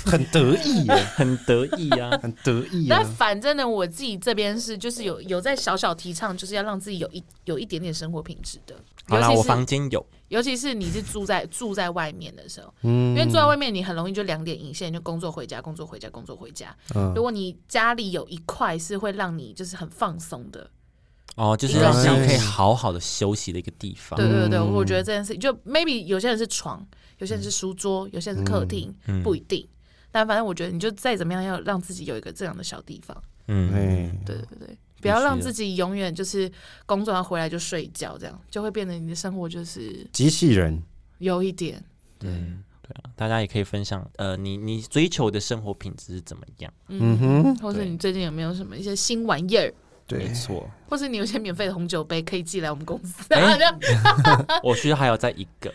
Speaker 1: 很得意耶，！
Speaker 2: 很得意啊
Speaker 1: 很得意啊
Speaker 3: 但。反正呢，我自己这边是就是有有在小小提倡，就是要让自己有一有一点点生活品质的。
Speaker 2: 好啦，
Speaker 3: 尤
Speaker 2: 我
Speaker 3: 其是
Speaker 2: 房间有，
Speaker 3: 尤其是你是住在 住在外面的时候，因
Speaker 1: 嗯
Speaker 3: 为住在外面你很容易就两点一线，就工作回家，工作回家，工作回家。
Speaker 1: 嗯
Speaker 3: 如果你家里有一块是会让你就是很放松的，
Speaker 2: 哦，就是
Speaker 3: 一个
Speaker 2: 让自己
Speaker 1: 小
Speaker 2: 可以
Speaker 1: 时
Speaker 2: 好好的休息的一个地方。
Speaker 3: 对对对，
Speaker 2: 嗯
Speaker 3: 我觉得这件事就 maybe 有些人是床，有些人是书桌，有些人是客厅，
Speaker 2: 嗯
Speaker 3: 不一定。但反正我觉得你就再怎么样，要让自己有一个这样的小地方。
Speaker 2: 嗯，
Speaker 1: 哎，
Speaker 3: 对对对，不要让
Speaker 2: 必须的
Speaker 3: 自己永远就是工作完回来就睡觉，这样就会变得你的生活就是
Speaker 1: 机器人，
Speaker 3: 有一点。
Speaker 2: 嗯，对啊，大家也可以分享，呃，你你追求的生活品质是怎么样？
Speaker 1: 嗯哼，
Speaker 3: 或是你最近有没有什么一些新玩意儿，
Speaker 2: 没
Speaker 4: 对，
Speaker 2: 错，
Speaker 3: 或是你有一些免费的红酒杯可以寄来我们公司，
Speaker 2: 哎
Speaker 3: 然后就
Speaker 2: 我需要还有再一 个，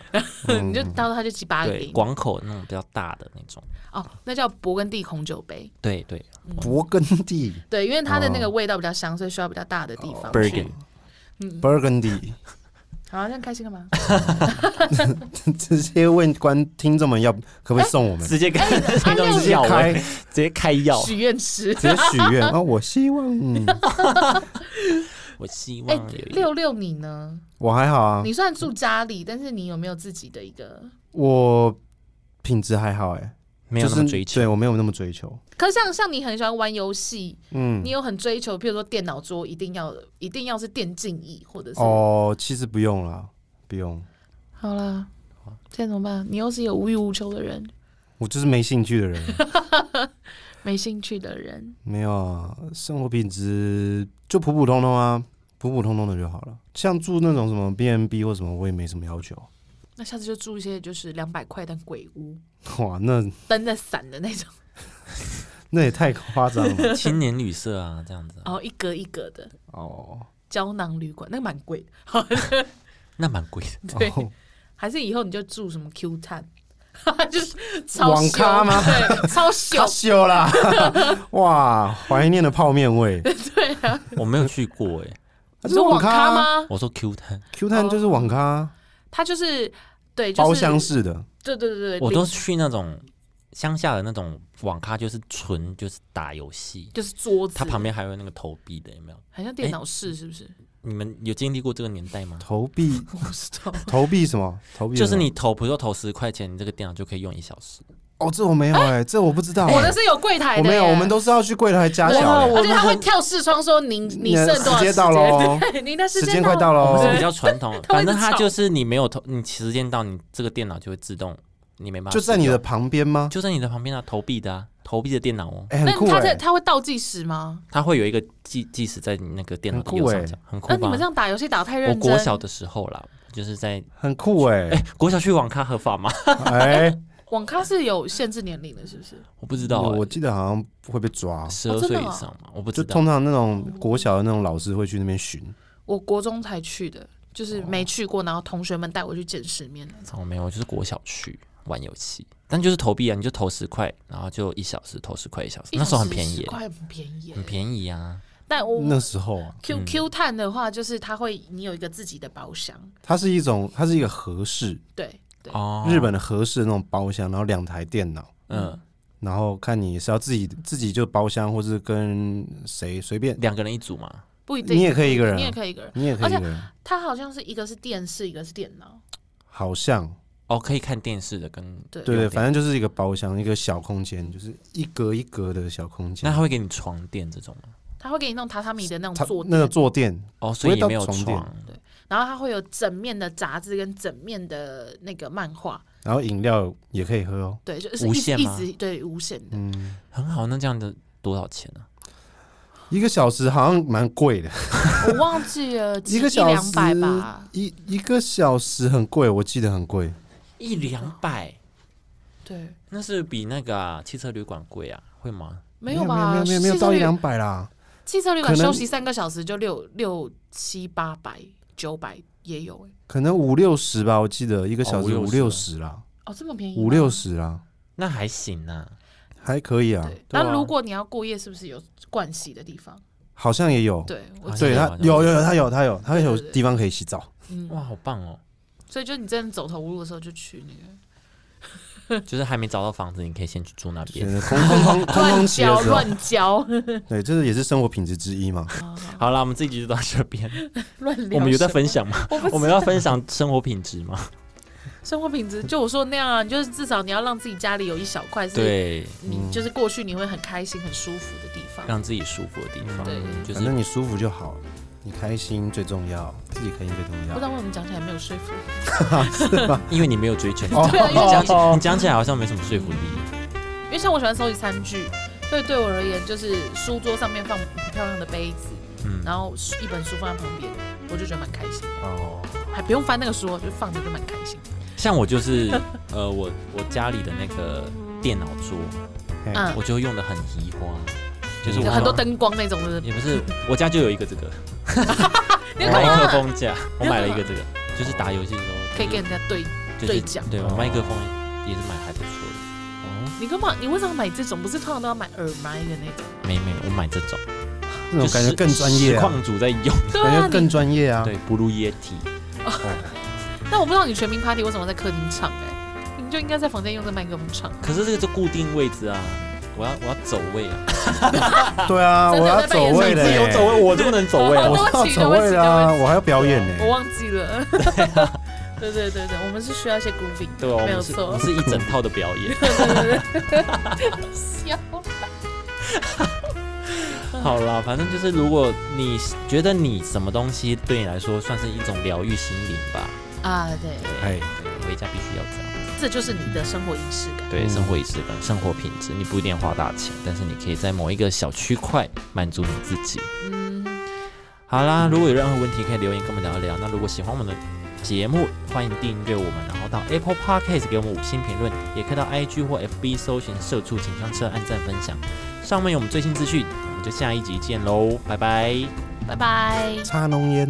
Speaker 3: 你就到时候他就寄八个
Speaker 2: 嗯
Speaker 3: 给
Speaker 2: 对，
Speaker 3: 你。
Speaker 2: 广口那种比较大的那种，
Speaker 3: 哦，那叫勃艮第红酒杯，
Speaker 2: 对对
Speaker 3: 嗯
Speaker 1: 勃艮第
Speaker 3: 对，因为它的那个味道比较香，所以需要比较大的地方去。
Speaker 2: 哦，Bergen，
Speaker 1: ，Burgundy，
Speaker 3: 好，这样开心干嘛？
Speaker 1: 直接问观听众们要可不可以送我们，
Speaker 2: 直接
Speaker 3: 哎
Speaker 2: 跟听众
Speaker 1: 直接
Speaker 2: 要
Speaker 1: 开，
Speaker 2: 欸
Speaker 1: 直
Speaker 2: 直接开药，
Speaker 3: 许愿池。
Speaker 1: 接许愿 啊！我希望，嗯，
Speaker 2: 我希
Speaker 3: 哎
Speaker 2: 望有，一
Speaker 3: 六六你呢？
Speaker 1: 我还好啊，
Speaker 3: 你虽然住家里，但是你有没有自己的一个？
Speaker 1: 我品质还好哎，
Speaker 2: 没有那么
Speaker 1: 就是
Speaker 2: 追求，
Speaker 1: 对我没有那么追求，
Speaker 3: 可像像你很喜欢玩游戏，
Speaker 1: 嗯
Speaker 3: 你，有很追求，譬如说电脑桌一定要一定要是电竞椅，或者是、
Speaker 1: 哦，其实不用啦，不用，
Speaker 3: 好啦，现在怎么办？你又是一个无欲无求的人，
Speaker 1: 我就是没兴趣的人，
Speaker 3: 没兴趣的人。
Speaker 1: 没有啊，生活品质就普普通通啊，普普通通的就好了。像住那种什么 B N B 或什么，我也没什么要求。
Speaker 3: 那下次就住一些就是两百块的鬼屋，
Speaker 1: 哇，那
Speaker 3: 灯的散的那种，
Speaker 1: 那也太夸张 了
Speaker 2: 青年旅社啊这样子啊，
Speaker 3: 然后一格一格的
Speaker 1: 哦。
Speaker 3: 胶囊旅馆，那个蛮贵 的。
Speaker 2: 那蛮贵的，
Speaker 3: 对，
Speaker 1: 哦
Speaker 3: 还是以后你就住什么 Q 探， 就是超
Speaker 1: 网咖
Speaker 3: 秀
Speaker 1: 吗
Speaker 3: 对， 超
Speaker 1: 卡
Speaker 3: 秀，
Speaker 1: 修啦， 哇，怀念的泡面味。
Speaker 3: 对啊。
Speaker 2: 我没有去过哎，
Speaker 1: 它就
Speaker 3: 你
Speaker 1: 是
Speaker 3: 说网
Speaker 1: 咖
Speaker 3: 咖
Speaker 1: 啊
Speaker 3: 吗？
Speaker 2: 我说 Q 弹，
Speaker 1: ？Q 探就是网咖啊，
Speaker 3: 它就是对，就是
Speaker 1: 包厢式的。
Speaker 3: 对对对对，
Speaker 2: 我都
Speaker 3: 里
Speaker 2: 是去那种乡下的那种网咖，就是纯就是打游戏，
Speaker 3: 就是桌子，
Speaker 2: 它旁边还有那个投币的，有没有？
Speaker 3: 好像电脑室是不是？
Speaker 2: 你们有经历过这个年代吗？
Speaker 1: 投币，
Speaker 3: 我不知道，
Speaker 1: 投币什么？投币
Speaker 2: 就是
Speaker 1: 什么
Speaker 2: 你投，比如说投十块钱，你这个电脑就可以用一小时。
Speaker 1: 哦，这我没有哎，这我不知道。
Speaker 3: 啊我的是有柜台
Speaker 1: 我
Speaker 3: 的耶，
Speaker 1: 没有，我们都是要去柜台加小哎的。
Speaker 2: 哇我
Speaker 3: 而且他
Speaker 2: 们
Speaker 3: 会
Speaker 2: 很
Speaker 3: 跳视窗说您你剩多少
Speaker 1: 时间到哦
Speaker 3: 时间
Speaker 1: 喽，
Speaker 3: 对，您的时
Speaker 1: 时间快
Speaker 3: 到
Speaker 1: 到哦
Speaker 2: 我
Speaker 3: 了。
Speaker 2: 们是比
Speaker 1: 喽，
Speaker 2: 较传统，啊
Speaker 3: 他会一
Speaker 2: 反
Speaker 3: 直
Speaker 2: 正它
Speaker 3: 吵就是
Speaker 2: 就是你没有投，你时间到，你这个电脑就会自动，你没办法
Speaker 1: 就
Speaker 2: 使用，
Speaker 1: 在你的旁边吗？
Speaker 2: 就在你的旁边啊，投币的啊，投币的电脑哦，
Speaker 1: 哎，
Speaker 3: 那
Speaker 1: 很酷
Speaker 3: 他在
Speaker 1: 哎，
Speaker 3: 他会倒计时吗？
Speaker 2: 它会有一个计计时在你那个电脑的
Speaker 1: 很酷
Speaker 2: 右
Speaker 1: 欸
Speaker 2: 上角，很酷
Speaker 3: 那你
Speaker 2: 吧
Speaker 3: 们这？样打游戏打得太
Speaker 2: 我
Speaker 3: 认真，
Speaker 2: 国小的时候啦，就是在
Speaker 1: 很酷哎，
Speaker 2: 哎国小去网咖合法吗？
Speaker 1: 哎，
Speaker 3: 网咖是有限制年龄的，是不是？
Speaker 2: 我不知道
Speaker 1: 我
Speaker 2: 欸，
Speaker 1: 记得好像会被抓，
Speaker 2: 十
Speaker 3: 哦
Speaker 2: 二
Speaker 3: 真
Speaker 2: 岁
Speaker 3: 的哦
Speaker 2: 以上嘛，我不
Speaker 1: 就
Speaker 2: 知道
Speaker 1: 通。常那种国小的那种老师会去那边巡。
Speaker 3: 我国中才去的，就是没去过，然后同学们带我去见世面的。
Speaker 2: 哦，没有，我就是国小去玩游戏，但就是投币啊，你就投十块，然后就一小时投十块一小时，那时候很便宜
Speaker 3: 10
Speaker 2: 欸，
Speaker 3: 块很便宜欸
Speaker 2: 很。便宜啊。
Speaker 3: 但
Speaker 1: 那
Speaker 3: 我
Speaker 1: 时候啊，
Speaker 3: Q Q 探的话，就是它会你有一个自己的包厢，
Speaker 1: 它是一种，它是一个合适
Speaker 3: 对对，
Speaker 2: 哦，
Speaker 1: 日本的合适那种包厢，然后两台电脑，
Speaker 2: 嗯，
Speaker 1: 然后看你是要自己自己就包厢，或是跟谁随便，
Speaker 2: 两个人一组嘛，
Speaker 3: 不一定
Speaker 1: 你也可以一个人
Speaker 3: 你也
Speaker 1: 啊，
Speaker 3: 可以一个人。
Speaker 1: 你也可以一
Speaker 3: 而且
Speaker 1: 个人，
Speaker 3: 它好像是一个是电视，一个是电脑，
Speaker 1: 好像
Speaker 2: 哦，可以看电视的跟
Speaker 3: 对
Speaker 1: 对
Speaker 2: 有
Speaker 1: 对，
Speaker 2: 点
Speaker 1: 反正就是一个包厢，一个小空间，就是一格一格的小空间
Speaker 2: 那。他会给你床垫这种吗？
Speaker 3: 它会给你弄榻榻米的那
Speaker 1: 它
Speaker 3: 种坐
Speaker 1: 那个
Speaker 3: 垫，
Speaker 1: 坐垫，
Speaker 2: 哦，所
Speaker 1: 不
Speaker 2: 以
Speaker 1: 会到
Speaker 2: 也没有
Speaker 1: 床
Speaker 2: 床
Speaker 1: 垫
Speaker 3: 然后它会有整面的杂志跟整面的那个漫画，
Speaker 1: 然后饮料也可以喝哦。
Speaker 3: 对，就是
Speaker 2: 无
Speaker 3: 一
Speaker 2: 限
Speaker 3: 一
Speaker 2: 吗
Speaker 3: 直对无限的。
Speaker 1: 嗯，
Speaker 2: 很好。那这样的多少钱啊呢、
Speaker 1: 一个小时好像蛮贵的，
Speaker 3: 我忘记了，
Speaker 1: 一个小
Speaker 3: 两
Speaker 1: 时
Speaker 3: 百吧，
Speaker 1: 一一个小时很贵，我记得很贵。
Speaker 2: 一两百，
Speaker 3: 对，
Speaker 2: 那是比那个啊、汽车旅馆贵啊，会吗？
Speaker 3: 没
Speaker 1: 有
Speaker 3: 有吧？
Speaker 1: 没有没有没有
Speaker 3: 汽车
Speaker 1: 到一
Speaker 3: 旅
Speaker 1: 两百啦。
Speaker 3: 汽车旅馆
Speaker 1: 可能
Speaker 3: 休息三个小时就六六七八百九百也有哎、
Speaker 1: 可能五六十吧，我记得一个
Speaker 2: 哦
Speaker 1: 小时
Speaker 2: 50
Speaker 1: 五六十啦，
Speaker 3: 哦这么便宜吗
Speaker 1: 五六十啦，
Speaker 2: 那还行啊。
Speaker 1: 还可以啊，
Speaker 3: 对。
Speaker 2: 对啊
Speaker 3: 那如果你要过夜，是不是有盥洗的地方？
Speaker 1: 好像也有。
Speaker 3: 对，我
Speaker 2: 哦好像
Speaker 1: 对
Speaker 2: 有
Speaker 1: 他
Speaker 2: 好像
Speaker 1: 有
Speaker 2: 有
Speaker 1: 有有他有他有他有
Speaker 3: 对对对
Speaker 1: 地方可以洗澡，
Speaker 2: 哇，好棒 哦！
Speaker 3: 所以就你真的走投无路的时候，就去那个
Speaker 2: 就是还没找到房子，你可以先去住那
Speaker 1: 真
Speaker 2: 边。
Speaker 1: 的空空空空
Speaker 3: 乱
Speaker 1: 空期
Speaker 3: 交
Speaker 1: 的时候，
Speaker 3: 乱交
Speaker 1: 对，这是也是生活品质之一嘛。
Speaker 2: 好啦，我们这一集就到这边。
Speaker 3: 乱 聊。
Speaker 2: 我们有在分，享 吗？
Speaker 3: 我不
Speaker 2: 我
Speaker 3: 知
Speaker 2: 们要分享生活品质吗？
Speaker 3: 生活品质，就我说那样啊，你就是至少你要让自己家里有一小块 是，
Speaker 2: 对，
Speaker 3: 你就是过去你会很开心、很舒服的地方。
Speaker 2: 让自己舒服的地方
Speaker 3: 对，
Speaker 2: 就
Speaker 1: 反正
Speaker 2: 是
Speaker 1: 你舒服就好，你开心最重要，自己开心最重
Speaker 3: 不知
Speaker 1: 要。
Speaker 3: 道为什么讲起来没有说服力。
Speaker 2: 因为你没有追求，
Speaker 3: 对啊，因为
Speaker 2: 你
Speaker 3: 讲
Speaker 2: 讲起
Speaker 3: 起来
Speaker 2: 来你讲起来好像没什么说服力。
Speaker 3: 因为像我喜欢收集餐具，所以对我而言，就是书桌上面放很漂亮的杯子，
Speaker 2: 嗯
Speaker 3: 然后书一本书放在旁边，我就觉得蛮开心的，
Speaker 5: 哦，
Speaker 3: 还不用翻那个书，就放着就蛮开心的。
Speaker 2: 像我就是 呃，我我家里的那个电脑桌，
Speaker 5: 嘿
Speaker 3: 嗯，
Speaker 2: 我就用的很移花，就是
Speaker 3: 有
Speaker 2: 哎我
Speaker 3: 很多灯光那种的，
Speaker 2: 也不是，我家就有一个这个
Speaker 3: 嗯你
Speaker 2: 麦
Speaker 3: 干
Speaker 2: 克
Speaker 3: 嘛？
Speaker 2: 风架，我买了一个这个，就是打游戏的时候
Speaker 3: 可以跟人家对，
Speaker 2: 就是
Speaker 3: 对讲
Speaker 2: 对，我麦克风也是买还不错的。
Speaker 5: 哦，
Speaker 3: 你干嘛？你为什么买这种？不是通常都要买耳麦的那种？
Speaker 2: 没没，我买这种，
Speaker 5: 那种
Speaker 2: 就
Speaker 5: 感觉
Speaker 2: 实
Speaker 5: 更专业
Speaker 2: 实
Speaker 5: 啊，
Speaker 2: 况组在用，
Speaker 3: 对
Speaker 5: 感
Speaker 3: 啊
Speaker 5: 觉，更
Speaker 3: 你
Speaker 5: 专业啊。
Speaker 2: 对，Blue Yeti。
Speaker 3: 但我不知道你全民 party 为什么在客厅唱哎、你就应该在房间用这麦克风唱。
Speaker 2: 可是这个就固定位置啊，我要我要走位啊，
Speaker 5: 对啊，
Speaker 3: 真的
Speaker 5: 我要走位
Speaker 3: 对
Speaker 5: 的
Speaker 2: 自己
Speaker 5: 欸，
Speaker 2: 有走位，我就不能走位啊
Speaker 3: 好。
Speaker 5: 我
Speaker 3: 好
Speaker 5: 要走位的
Speaker 3: 对
Speaker 5: 啊，
Speaker 3: 不起
Speaker 5: 我还要表演呢
Speaker 3: 我。忘记了。 对对对对，我们是需要一些 grooving，
Speaker 2: 对啊，我
Speaker 3: 没有
Speaker 2: 们是我
Speaker 3: 错
Speaker 2: 们。是一整套的表演。
Speaker 3: 对对对对，笑。
Speaker 2: 好啦，反正就是如果你觉得你什么东西对你来说算是一种疗愈心灵吧，
Speaker 3: 啊，对，
Speaker 5: 哎，
Speaker 2: 回家必须要这样。
Speaker 3: 这就是你的生活仪式感。
Speaker 2: 对，
Speaker 5: 嗯
Speaker 2: 生活仪式感、生活品质，你不一定要花大钱，但是你可以在某一个小区块满足你自己。
Speaker 3: 嗯，
Speaker 2: 好啦，如果有任何问题可以留言跟我们聊一聊。那如果喜欢我们的节目，欢迎订阅我们，然后到 Apple Podcast 给我们五星评论，也可以到 IG 或 FB 搜寻“社畜情商车”按赞分享。上面有我们最新资讯，我们就下一集见喽，拜拜。
Speaker 3: 拜拜。
Speaker 5: 插浓烟。